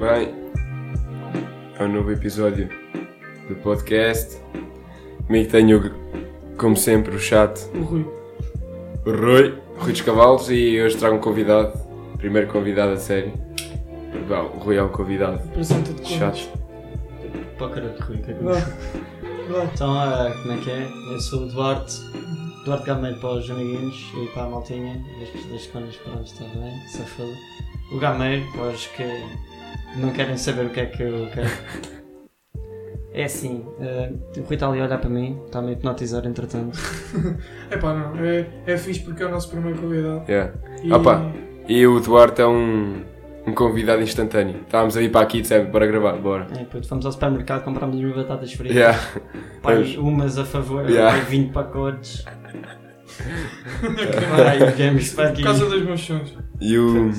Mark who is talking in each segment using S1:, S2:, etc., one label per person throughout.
S1: bem? É um novo episódio do podcast. Comigo tenho, como sempre, o chat,
S2: O Rui.
S1: o Rui, o Rui dos Cavalos, e hoje trago um convidado. Primeiro convidado a sério. Bom, o Rui é um convidado.
S2: Apresenta de
S1: Chato.
S3: Pá, caralho, Rui, o que é que eu
S2: Vá.
S3: disse?
S2: Vá.
S3: Então, ah, como é que é? Eu sou o Duarte, Duarte Gameiro para os amiguinhos e para a maltinha, destes das conas para onde está tá bem, safado. O Gameiro para os que não querem saber o que é que eu quero. É assim, ah, o Rui está ali a olhar para mim, está-me a hipnotizar entretanto.
S2: Epá, não. É, é fixe porque é o nosso primeiro convidado.
S1: Yeah.
S2: E...
S1: Opa. E o Duarte é um, um convidado instantâneo. Estávamos a vir para aqui, dissemos, para gravar, bora.
S3: É, puto, fomos ao supermercado, comprámos umas batatas fritas,
S1: Yeah.
S3: pá, e
S1: Pois.
S3: umas a favor,
S1: Yeah.
S3: yeah. 20 pacotes. Pá, e viemos para
S2: Por
S3: aqui.
S2: causa Hum. dos meus sons.
S1: E o.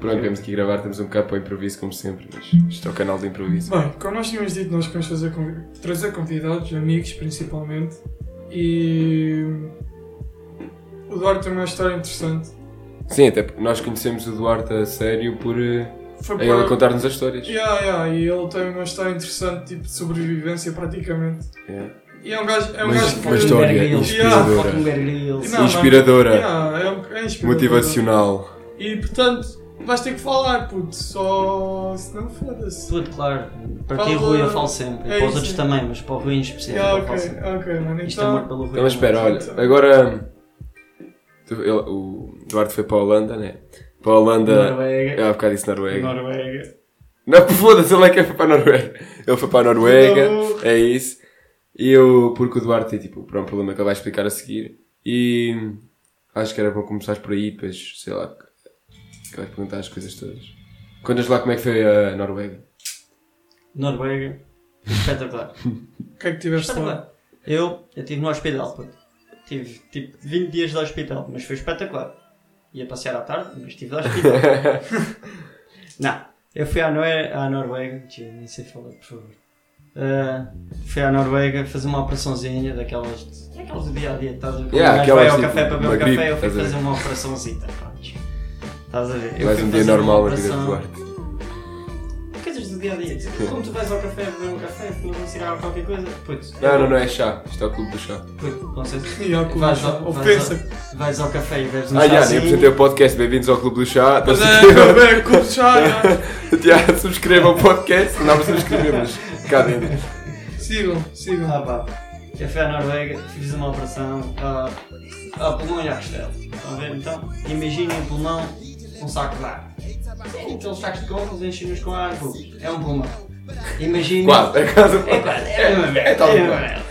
S1: Pronto, temos que gravar, temos um bocado para o improviso, como sempre, mas isto é o canal do improviso.
S2: Bem, como nós tínhamos dito, nós queremos fazer convi- trazer convidados, amigos principalmente, e o Duarte tem uma história interessante.
S1: Sim, até porque nós conhecemos o Duarte a sério por eh,
S2: Foi
S1: a ele a contar-nos as histórias.
S2: Yeah, yeah, e ele tem uma história interessante, tipo de sobrevivência praticamente.
S1: Yeah.
S2: E é um gajo, é um
S1: Mas-
S2: gajo que...
S1: mas história inspiradora.
S3: Fucking Bear Grylls.
S2: Não, mano.
S1: Inspiradora,
S2: Yeah, é, um, é inspirador.
S1: motivacional.
S2: E portanto, vais ter que falar, puto, só se não foda-se.
S3: Tudo, claro. Para
S2: Fala-
S3: ti, Rui, eu falo sempre.
S2: É
S3: para os
S2: isso.
S3: outros também, mas para o Rui em especial.
S2: Yeah,
S3: eu
S2: ok,
S3: falo sempre.
S2: ok, mano,
S3: Isto é amor
S2: então...
S3: pelo Rui.
S1: Então, mas espera, olha, agora. tu- ele- o Duarte foi para a Holanda, né? Para a Holanda.
S2: Noruega.
S1: Ah, há bocado disse Noruega.
S2: Noruega.
S1: Não, foda-se, ele é que foi para a Noruega. Ele foi para a Noruega,
S2: Não.
S1: é isso. E eu, porque o Duarte tem tipo, pronto, um problema que ele vai explicar a seguir. E acho que era bom começar por aí, depois, sei lá, que vais perguntar as coisas todas. Contas lá como é que foi a Noruega.
S3: Noruega. Espetacular.
S2: O que é que tiveste lá?
S3: espetacular. Eu, eu estive no hospital, puto. Tive tipo 20 dias de hospital, mas foi espetacular. Ia passear à tarde, mas estive no hospital. Não, eu fui à, Noe- à Noruega, tio, nem sei falar, por favor. Ah, fui à Noruega fazer uma operaçãozinha daquelas, de- daquelas do dia a dia, estás a ver? Quando
S1: Yeah,
S3: o gajo vai
S1: aquelas
S3: ao
S1: tipo
S3: café para
S1: uma
S3: beber o
S1: gripe,
S3: café, eu fui
S1: estás a ver?
S3: fazer uma operaçãozinha. pá, tio. Estás a ver? Eu
S1: Mais
S3: fui
S1: um dia
S3: fazer uma
S1: normal na vida do
S3: operação-
S1: Duarte.
S3: Coisas do dia a dia. tipo, Como tu vais ao café beber um café, não vou tirar qualquer coisa, putz.
S1: Não, não, não é chá. Isto é o clube do chá.
S3: Putz, não sei se.
S2: E ao cu,
S3: Vais ao-
S2: ofensa.
S3: Vais ao café e bebes um
S1: Ah, já, nem
S3: chazinho.
S1: apresentei o podcast. Bem-vindos ao clube do chá.
S2: Mas é, bebê, cu, chá, já.
S1: Já, subscrevam o podcast. Não dá para subscrever, mas cá dentro.
S2: Sigam, sigam.
S3: Ah pá, café à Noruega, fiz uma operação ah, ao pulmão e à costela. Estão a ver então? Imaginem um pulmão com um saco de ar. Tem aqueles sacos de copos enchidos com ar, pô, é um pulmão. Imaginem.
S1: Quase, é quase.
S3: É quase, é uma merda.
S1: É tal
S3: é uma
S1: qual.
S3: merda.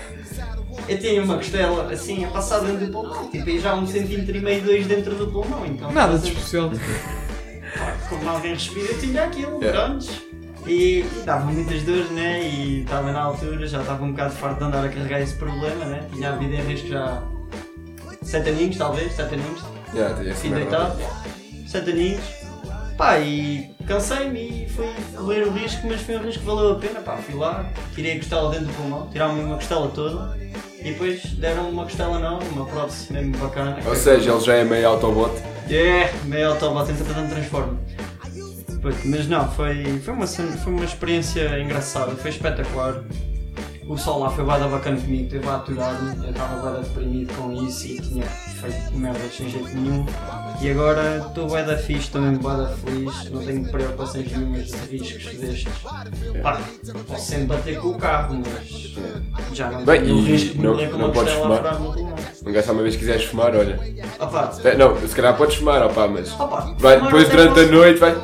S3: Eu tinha uma costela assim a passar dentro do pulmão, tipo, e já um centímetro e meio, dois dentro do pulmão, então.
S2: Nada de
S3: assim,
S2: especial.
S3: como alguém respira, eu tinha aquilo,
S1: Yeah.
S3: pronto. E dava muitas dores, né? E estava na altura, já estava um bocado farto de andar a carregar esse problema, né? Tinha a vida em risco já. sete aninhos, talvez, sete aninhos.
S1: Já, tem essa
S3: Fui
S1: merda.
S3: Assim, deitado, sete aninhos. Pá, e cansei-me e fui correr o risco, mas foi um risco que valeu a pena. Pá, fui lá, tirei a costela dentro do pulmão, tiraram-me uma costela toda. E depois deram uma costela nova, uma prótese mesmo bacana.
S1: Ou seja, ele já é meio autobot.
S3: É, meio autobot, entretanto transformo. Puto, Mas não, foi, foi, uma, cena- foi uma experiência engraçada, foi espetacular. O sol lá foi bada bacana comigo, teve a aturar-me, eu estava bada deprimido com isso e tinha feito merda sem jeito nenhum. E agora estou bada fixe, estou mesmo bada feliz, não tenho preocupações nenhumas de riscos destes. Pá, posso sempre bater com o carro, mas já não
S1: Bem,
S3: tenho o
S1: e
S3: risco de
S1: não-
S3: morrer com
S1: não
S3: uma
S1: podes
S3: costela a
S1: fumar?
S3: furar no pulmão.
S1: Um gajo, se uma vez quiseres fumar, olha.
S3: Opa,
S1: É, Não, se calhar podes fumar, opá, mas.
S3: opa,
S1: Vai,
S3: fumar é
S1: depois
S3: até
S1: durante a
S3: posso.
S1: noite vai.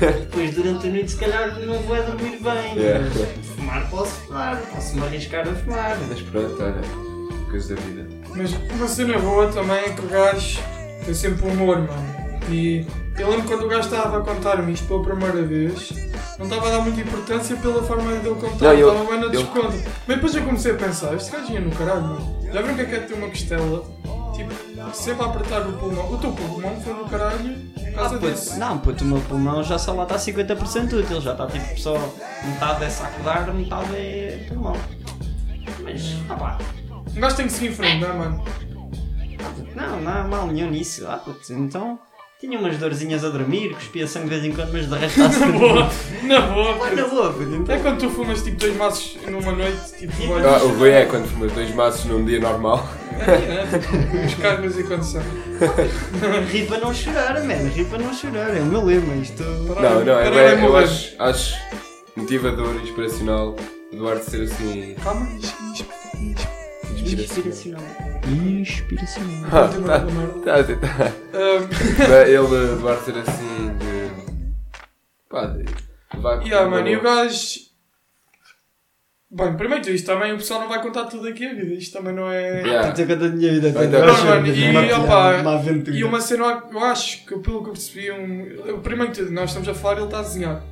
S3: Depois durante a noite se calhar não vou é dormir bem.
S1: Yeah.
S3: Mas Fumar posso fumar, posso me arriscar a fumar.
S1: Mas pronto, olha. Coisas da vida.
S2: Mas uma cena boa também é que o gajo tem sempre humor, mano. E eu lembro quando o gajo estava a contar-me isto pela primeira vez, não estava a dar muita importância pela forma de eu
S1: Não,
S2: contar,
S1: eu-
S2: estava bem na
S1: eu-
S2: desconto. Mas depois eu comecei a pensar, este gajo ia no caralho, mano. Já viram o que é que é ter uma costela? Tipo, sempre a apertar o pulmão. O teu pulmão foi no caralho por
S1: Ah,
S2: causa disso.
S3: não, puto, o meu pulmão já só lá tá está 50% útil, já está tipo só metade é saco de ar, metade é pulmão. Mas, ah pá,
S2: Um gajo tem que seguir em frente, não é, mano?
S3: ah, puto, não, não há mal nenhum nisso. Ah, puto, então Tinha umas dorzinhas a dormir, cuspia sangue de vez em quando, mas de resto está-se
S2: Na
S3: tudo
S2: boa,
S3: bem.
S2: na boa.
S3: Vai na
S2: puto.
S3: boa, puto, então.
S2: É quando tu fumas tipo dois maços numa noite, tipo,
S3: Ah,
S2: olha.
S1: Ah, o Rui é quando fumas dois maços num dia normal.
S2: Aqui, né? Tipo, Os carros e condição.
S3: Ri para é não chorar, man, ri para não chorar, é o meu lema, isto...
S1: Não, não, é,
S2: Caralho,
S1: bem, eu
S2: meu
S1: acho, acho motivador e inspiracional o Duarte ser assim.
S2: Calma, isto- isto- isto-
S1: Inspiracional.
S3: Inspiracional.
S1: Ah,
S2: isto é uma
S1: tá.
S2: boa merda.
S1: Tá, tá, tá.
S2: Ahm,
S1: Ele, o Duarte ser assim de. pá, de. vai.
S2: yeah, mano, e o gajo. Bem, primeiro isto também o pessoal não vai contar tudo aqui a vida, isto também não é.
S1: Yeah.
S3: Estou a da minha vida,
S1: Vai
S3: até
S1: dar
S3: agora,
S1: bem.
S3: uma
S2: Mano, e,
S3: uma-
S2: opa,
S3: uma aventura.
S2: E uma cena, eu acho que pelo que eu percebi, um, eu- primeiro de tudo, nós estamos a falar e ele está a desenhar.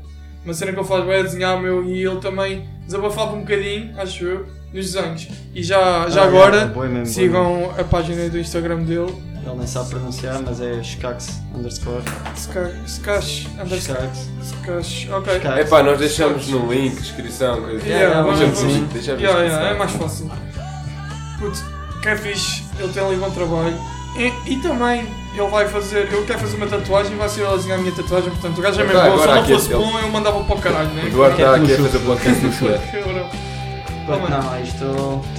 S2: Uma cena que eu falo é desenhar meu e ele também desabafava um bocadinho, acho eu, nos desenhos. E já, já
S3: Ah,
S2: agora,
S3: é, boi mesmo, boi
S2: sigam a página do Instagram dele,
S3: mesmo. Ele nem sabe pronunciar, mas é Skax underscore.
S2: Ska- Skash, underscore
S3: Skax.
S2: Skash, ok.
S3: Skax.
S1: É pá, nós deixamos no link, descrição, coisa. assim.
S2: Yeah,
S1: Deixamos
S2: vamos-
S1: no-
S3: vamos-
S1: deixamos
S2: Yeah,
S1: na
S2: yeah, é
S1: descrição.
S2: mais fácil. Puto, que é fixe, ele tem ali bom trabalho. E, e também, ele vai fazer, eu quero fazer uma tatuagem e vai ser ele a desenhar a minha tatuagem, portanto o gajo é
S1: Ok,
S2: mesmo bom, se
S1: agora
S2: não
S1: aqui é
S2: fosse
S1: dele.
S2: bom eu mandava para o caralho, né?
S1: O Duarte está
S3: Quer
S1: tá aqui a
S3: puxo.
S1: fazer podcast no Twitter.
S3: Puto, Não, isto.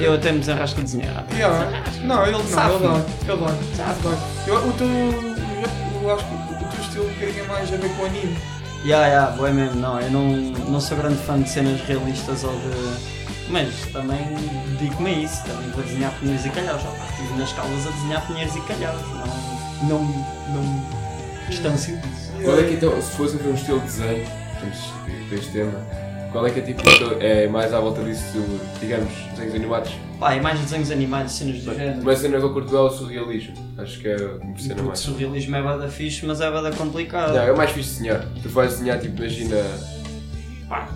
S3: Eu até me desenrasco a desenhar.
S2: Yeah. Não, ele não,
S3: Sabe.
S2: ele dá, ele dá, ele dá. Eu, o teu, eu, eu acho que o teu estilo teria mais a ver com o anime.
S3: Ya, ya, boa mesmo, não. Eu não, não sou grande fã de cenas realistas ou de. Mas também dedico-me a isso, também vou desenhar pinheiros e calhaus. Já pá, estive nas calas a desenhar pinheiros e calhaus. Não. Não. Não. Distancio disso.
S1: Qual é que então, se fosse haver um estilo de desenho, estamos para este tema, qual é que é tipo, o teu- é mais à volta disso, digamos, desenhos animados?
S3: Pá, e mais desenhos animados, cenas do género.
S1: Mas a cena que eu curto dela é o surrealismo, acho que é uma cena
S3: Porque
S1: mais.
S3: surrealismo é bada fixe, mas é bada complicado.
S1: Não, é o mais fixe de desenhar. Tu vais desenhar, tipo, imagina,
S3: Pá,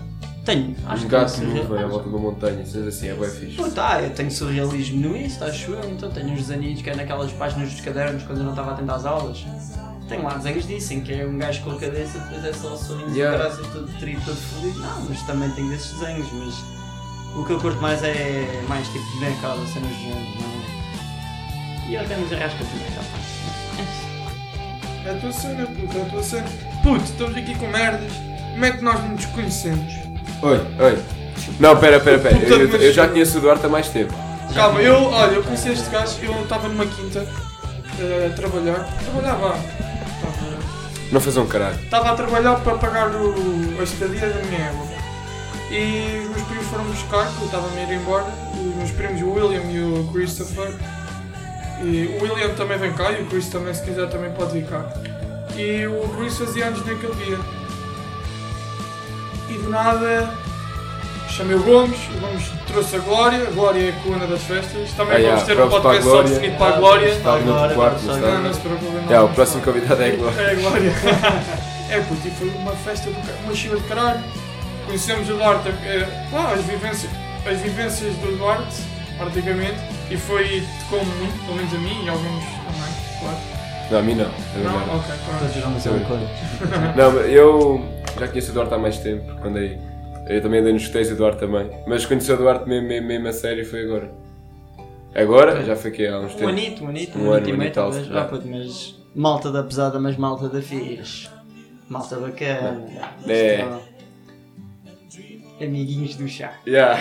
S3: tenho. Acho
S1: um
S3: que é tenho
S1: gato nu
S3: surreal-
S1: vai à volta de uma montanha, cenas assim, é bem fixe.
S3: Puta, ah, eu tenho surrealismo no Insta, acho eu, então tenho uns desenhos que é naquelas páginas dos cadernos quando eu não estava atento às aulas. Tenho lá desenhos disso, em que é um gajo com a cabeça, depois é só sonhos
S1: Yeah.
S3: e graças todo triste, todo fodido. Não, mas também tenho desses desenhos, mas o que eu curto mais é mais tipo de mercado, cenas de género, não é? E eu até me arrasca também, já faço.
S2: É a tua cena, puto, é a tua cena. Puto, estamos aqui com merdas, como é que nós nos conhecemos?
S1: Oi, oi. Não, pera, pera, pera.
S2: Puta,
S1: Eu, eu-
S2: mas-
S1: eu já conheço o Duarte há mais tempo.
S2: Calma, eu, olha, eu conheci este gajo, eu estava numa quinta eh, a trabalhar. Trabalhava. estava-
S1: Não faz um caralho.
S2: Estava a trabalhar para pagar o, a estadia da minha égua. E os meus primos foram buscar, eu estava a ir embora. Os meus primos, o William e o Christopher. E o William também vem cá e o Chris também, se quiser, também pode vir cá. E o Chris fazia anos naquele dia. E do nada chamei o Gomes, o Gomes trouxe a Glória, a Glória é a coluna das festas. Também
S1: Ah,
S2: vamos
S1: yeah,
S2: ter um
S1: props para a
S2: podcast só
S1: Glória. Ah,
S2: definido para a Glória.
S1: Está ali no outro quarto, não
S2: Não, não
S1: está?
S2: se preocupe, não.
S1: É, o próximo convidado é a Glória.
S2: É a Glória. é puto, e foi uma festa, do, ca- uma chuva de caralho. Conhecemos o Duarte, é, lá, as vivências, as vivências do Duarte, praticamente, e foi, tocou muito, pelo menos a mim e alguns também, claro.
S1: Não, a mim não.
S2: Não?
S1: Não,
S2: Ok, pronto.
S3: Todos já me
S1: sabem
S3: sabem
S1: não mas eu já conheço o Duarte há mais tempo, porque andei. Eu também andei nos escuteios do Duarte também. Mas conheci o Duarte mesmo, mesmo, mesmo a sério foi agora. Agora? Já foi aqui há uns
S3: Um
S1: tempos.
S3: anito, um anito,
S1: Um
S3: um anito
S1: ano,
S3: e
S1: um
S3: meio
S1: anito alto,
S3: talvez.
S1: já.
S3: Ah, puto, mas malta da pesada, mas malta da fixe. Malta bacana.
S1: É.
S3: Isto é- Amiguinhos do chá.
S1: Yeah.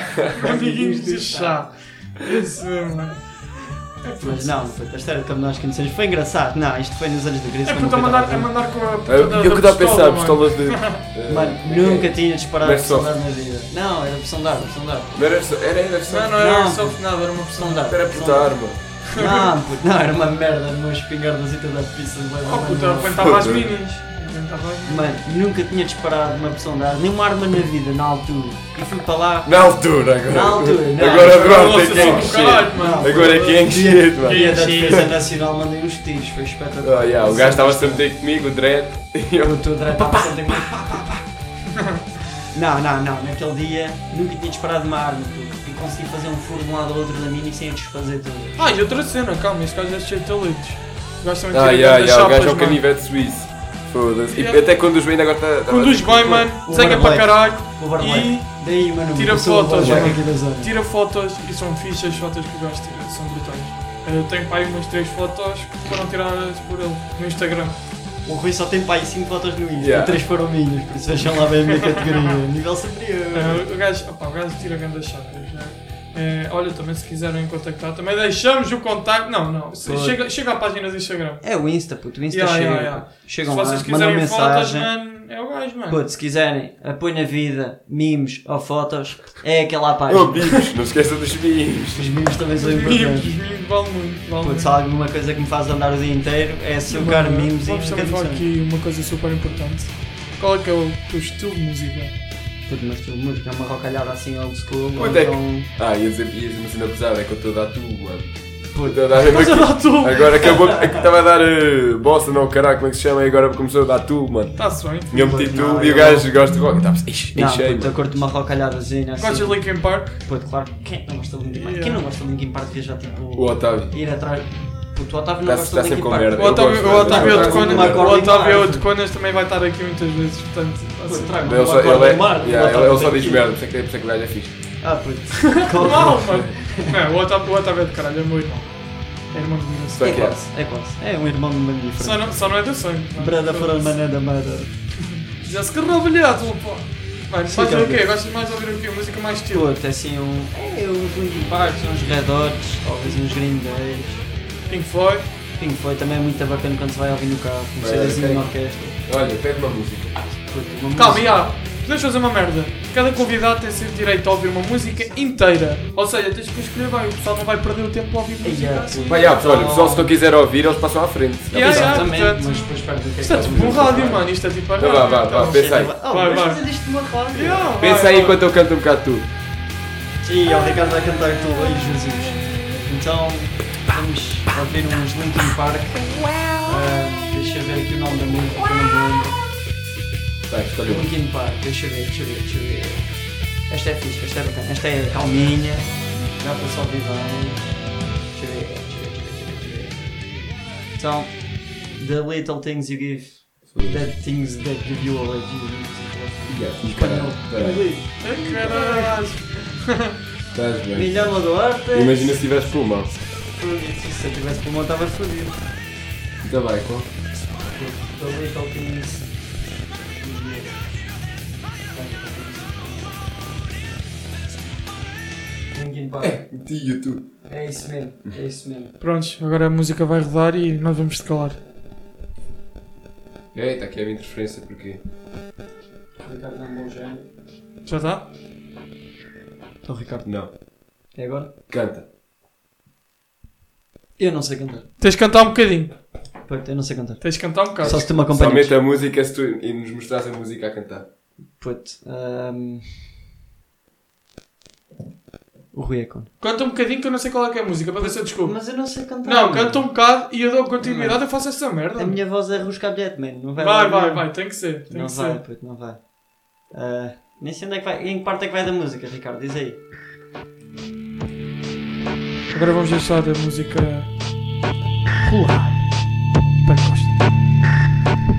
S2: Amiguinhos de chá. Isso mesmo, mano. É
S3: Mas
S2: puto.
S3: não, puto, a história como nós conhecemos foi engraçado. Não, isto foi nos anos da crise.
S2: É
S3: foi uma
S2: puto a
S3: coisa
S2: mandar, a
S3: horrível.
S2: mandar com a puta da-
S1: Eu eu É, que
S2: da
S1: estava a pensar,
S2: mano.
S1: pistolas de.
S3: Mano,
S1: eh,
S3: nunca tinha disparado a
S1: Mas só-
S3: pessoa na vida. Não, era a opção de ar, opção de ar.
S1: Não era só. Era, era só.
S2: Não, não era
S3: Não.
S2: só nada, era uma pressão
S3: Opção de ar.
S1: Era
S3: opção de
S1: apertar,
S3: ar.
S1: mano.
S3: Não, puto, não, era uma merda numa espingardazita da pizza de
S2: Oh puta, eu aguentava as minis. Eu aguentava as minis.
S3: Mano, nunca tinha disparado uma opção de ar, nenhuma arma na vida, na altura. E fui para lá.
S1: Na altura, agora.
S3: Na altura, não.
S1: Agora Duarte é
S2: Nossa,
S1: que é
S2: só do caralho,
S1: enchido.
S2: mano.
S3: Não.
S1: Agora é que é enchido, mano.
S3: E a da defesa nacional mandei os tiros, foi espetacular.
S1: Ah, yeah, o gajo estava sempre a meter comigo, o dread. E eu.
S3: Eu estou a tratar sempre comigo. Pá, pá, pá. Não, não, não, naquele dia nunca tinha disparado uma arma puto. e consegui fazer um furo de um lado ao outro da mini sem a desfazer tudo.
S2: Ah, e outra cena, calma, este gajo é cheio de talentos. Gostam de
S1: Ah, yeah, yeah, o gajo é o
S2: mano.
S1: canivete suíço. Foda-se. E
S2: Yeah.
S1: até conduz bem, ainda agora tá- está. está-
S2: Conduz bem, mano,
S3: O
S2: desenha para
S3: Barley.
S2: caralho
S3: O Barley.
S2: e
S3: Daí, mano,
S2: tira
S3: eu sou o
S2: fotos,
S3: Barley
S1: mano.
S3: aqui da zona.
S2: tira fotos e são fichas, fotos que o gajo tira, são brutais. Eh, Eu tenho para aí umas 3 fotos que foram tiradas por ele no Instagram.
S3: O Rui só tem pai 5 fotos no Insta,
S1: Yeah.
S3: 3 foram minhas, por isso vejam lá bem a minha categoria. Nível superior.
S2: Eh, o, gajo, opá, o gajo tira grandes chapas, né? Eh, olha, também se quiserem contactar, também deixamos o contacto. Não, não. se-
S3: Pois.
S2: Chega, chega à página do Instagram.
S3: É o Insta, puto. O Insta
S2: Yeah,
S3: chega.
S2: yeah, yeah.
S3: Chegam
S2: se vocês
S3: lá, mandam
S2: quiserem fotos,
S3: mensagem.
S2: mano, é o gajo, mano.
S3: Puto, se quiserem, apoio na vida, mimos ou fotos, é aquela a página.
S1: Oh, bicos, não se esqueçam dos bicos.
S3: Os mimos também
S2: Os
S3: são
S2: mimos,
S3: importantes.
S2: os mimos vale muito, vale
S3: Puto,
S2: muito.
S3: se há alguma coisa que me faz andar o dia inteiro é açúcar,
S2: Mano,
S3: mimos e
S2: Vamos também falar
S3: canção.
S2: aqui uma coisa super importante. Qual é que é o teu estilo de música?
S3: Puto, mas tu, música é uma rocalhada assim old school. ou
S1: Puto, é que-
S3: então-
S1: Ah, ia dizer, ia dizer uma cena pesada, é que eu estou a dar tu, mano.
S3: Puto.
S1: Estou a dar
S2: Mas eu dou tu!
S1: Agora acabou, é que estava a dar eh, bossa, não, caralho, como é que se chama? E agora começou a dar tu, mano.
S2: Está-se bem.
S1: Tinha metido
S3: Não,
S1: tu e
S3: eu-
S1: o gajo gosta de rock. Estava ixi,
S3: Não,
S1: enchei,
S3: puto, eu
S1: mano.
S3: curto uma rocalhadazinha
S2: Gostas de
S3: assim.
S2: Linkin Park?
S3: Puto, claro, quem não gosta de Linkin Park?
S2: Yeah.
S3: Quem não gosta de Linkin Park viajar
S1: O
S3: tipo...
S1: Otávio.
S3: Ir atrás... Puto, o Otávio não
S1: Tá-
S3: gosta
S1: tá sempre
S3: de Linkin
S1: com
S3: Park.
S1: merda.
S2: O
S1: Eu
S2: Otávio
S1: gosto,
S2: o
S1: eu
S2: Otávio
S1: gosto.
S2: Odeconas-
S3: Uma
S2: o
S3: corda
S2: Otávio
S3: embaixo.
S2: Odeconas também vai estar aqui muitas vezes, portanto.
S3: Puto,
S2: assim.
S3: traga-me
S1: Ele
S3: uma
S1: só, ele,
S3: corda
S1: é,
S3: de Marte,
S1: yeah,
S3: o
S1: ele,
S3: Otávio
S1: ele só
S3: tem
S1: diz
S3: que-
S1: merda, por isso é que por isso é que o gajo é fixe.
S3: Ah, puto. Corda.
S2: Mal, mano. Não, o Otávio, o Otávio é de caralho, é meu irmão. É irmão de mim.
S1: Só
S3: É
S1: que é.
S3: quase, é quase. É um irmão de uma
S2: Só
S3: diferente.
S2: não, só não é do sangue. mano.
S3: Brada fora manada mara.
S2: Já se carrabalhado, pô. Mano,
S3: Sim,
S2: faz
S3: cara.
S2: o quê? Gostas mais de ouvir o quê? Música mais estilo.
S3: Puto, é assim um... É, uns Linkin Park, uns Red Hot, talvez uns Green Days.
S2: Pink Floyd.
S3: Pink Floyd também é muito bacana quando se vai ouvir no carro. Um
S1: É,
S3: CDzinho
S1: ok.
S3: na orquestra.
S1: Olha, pede uma música.
S3: Puto, uma
S2: Calma,
S3: música-
S2: já. Podemos fazer uma merda. Cada convidado tem sempre direito a ouvir uma música inteira. Ou seja, tens que escolher bem. O pessoal não vai perder o tempo a ouvir
S3: Ei,
S2: música.
S3: yeah,
S2: assim.
S3: puto.
S1: Vai, yeah, pessoal, olha,
S3: Então-
S1: pessoal, se não quiser ouvir, eles passam à frente. Não
S2: Yeah,
S1: precisa.
S2: yeah.
S3: Exatamente,
S2: portanto-
S3: mas depois perto do que é
S2: Isto é
S3: que
S2: tipo um
S3: está a
S2: rádio,
S3: música.
S2: mano. Isto é tipo a
S1: Então vá,
S2: rádio.
S1: vá,
S2: então.
S1: vá, pensa aí.
S3: Oh,
S2: Vai,
S3: vais
S2: vai.
S3: fazer isto numa rádio?
S2: Yeah,
S1: Pensa
S2: vai,
S1: aí
S2: vai.
S1: enquanto eu canto um bocado tu.
S3: E o Ricardo vai cantar tu, ai Jesus. Então, vamos ouvir uns Linkin Park. Ah, deixa eu ver aqui o nome da música que eu não me lembro.
S1: Vai, escolhe uma.
S3: Linkin Park, deixa eu ver, deixa eu ver, deixa eu ver. Esta é fixe, esta é bacana, esta é calminha, dá para só ouvir bem. Deixa eu ver, deixa eu ver, deixa eu ver, deixa eu ver. Então, The Little Things You Give, That Things That Give You Away.
S1: Yeah, e caralho,
S3: Espanhol.
S1: caralho.
S2: Ai, caralho.
S1: Estás bem.
S3: Milhão Duarte.
S1: Imagina se tivesse pulmão.
S3: Fudido, Se eu tivesse pulmão, estava fudido.
S1: Está bem, Então qual?
S3: The Little Things. Linkin Park.
S1: Tio, tu.
S3: É isso mesmo, é isso mesmo.
S2: Prontos, agora a música vai rodar e nós vamos te calar.
S1: Eita, aqui é a minha interferência, porque...
S3: Ricardo não é um bom gênio.
S2: Já está?
S3: Então, Ricardo,
S1: Não.
S3: é agora?
S1: Canta.
S3: Eu não sei cantar.
S2: Tens de cantar um bocadinho.
S3: Puto, eu não sei cantar.
S2: Tens de cantar um bocado.
S3: Só se tu me acompanhas.
S1: Somente a música é se tu e nos mostrasse a música a cantar.
S3: Puto, ahm, O Rui é cone.
S2: Canta um bocadinho que eu não sei qual é que é a música, para ver se eu descubro.
S3: Mas eu não sei cantar.
S2: Não,
S3: mano.
S2: canta um bocado e eu dou continuidade, eu faço essa merda.
S3: A minha voz é ruscabilhete, mano. Não vai
S2: Vai,
S3: lá
S2: vai,
S3: nenhum.
S2: vai, tem que ser. Tem
S3: Não
S2: que
S3: vai,
S2: ser.
S3: puto, não vai. Ah, nem sei onde é que vai. Em que parte é que vai da música, Ricardo? Diz aí.
S2: Agora vamos deixar a música rolar para Costa.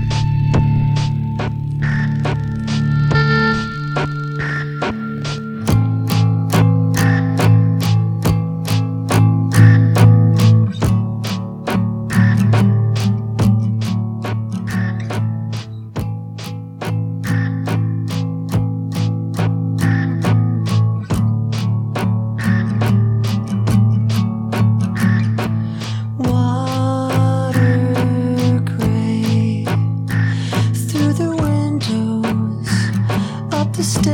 S4: Water gray through the windows, up the stairs,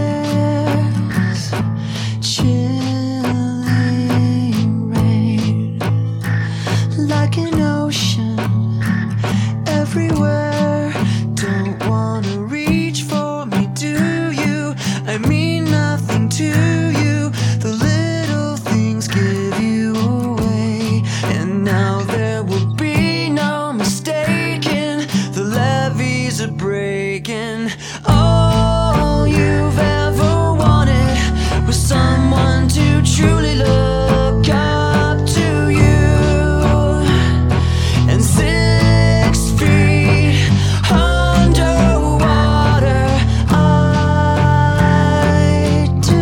S4: chilling rain like an ocean everywhere. Don't wanna reach for me, do you? I mean nothing to you. The little things give you away, and now there will be no mistaking. The levees are breaking. Oh. All you've ever wanted was someone to truly look up to you and six feet underwater. I do.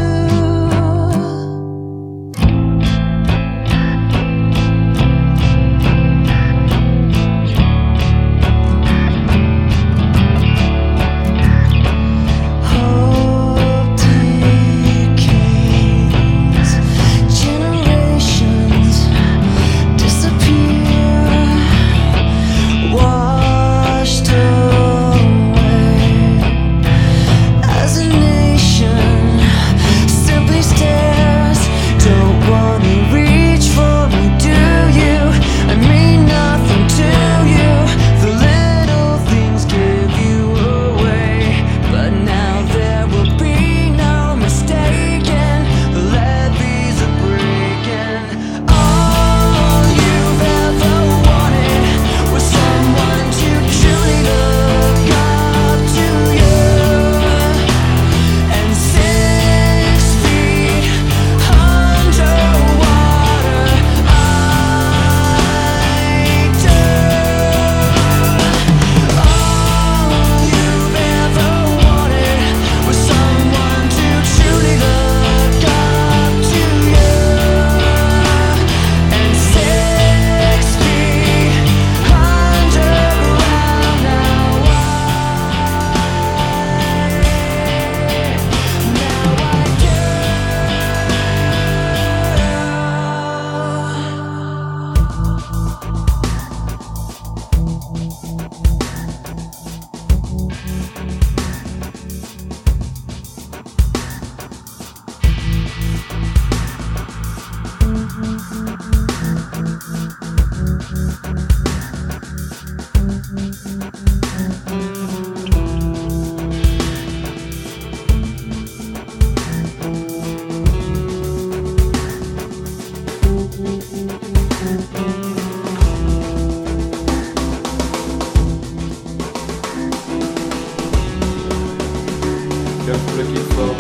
S1: Ficamos por aqui, pessoal.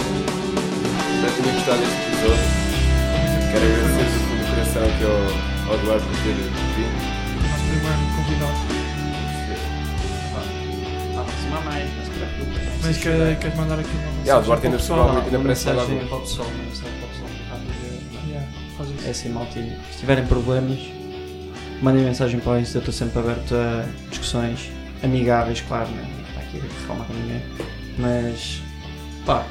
S1: Espero que tenham gostado deste episódio. Quero agradecer do fundo do coração aqui ao, ao Eduardo por ter vindo.
S2: Nosso primeiro convidado.
S3: Pá, aproximar mais, mas para aquilo.
S2: Mas quer- queres mandar aqui uma mensagem?
S1: Yeah, o Duarte
S2: para
S1: ainda
S2: o pessoal?
S1: provavelmente ainda parece lá
S3: mensagem
S1: algum.
S3: para o pessoal, uma mensagem para o pessoal, para dizer,
S2: Yeah, faz isso.
S3: É assim, maltinho. Se tiverem problemas, mandem mensagem para o Insta. Eu estou sempre aberto a discussões amigáveis, claro, né? não está aqui a reclamar com ninguém. Mas, pá,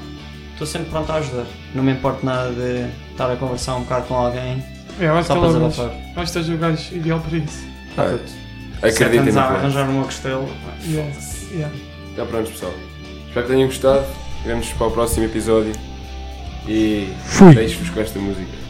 S3: estou sempre pronto a ajudar. Não me importo nada de estar a conversar um bocado com alguém,
S2: É, eu acho
S3: só
S2: que
S3: para
S2: ele é o gajo-
S3: desabafar.
S2: acho que estás o gajo ideal para isso.
S1: Ah,
S3: Se
S1: Acreditem
S3: estamos
S1: no
S3: a
S1: que
S3: arranjar uma costela,
S2: Yeah, yeah.
S1: Então pronto, pessoal. Espero que tenham gostado. Vemos para o próximo episódio. E deixo-vos com esta música.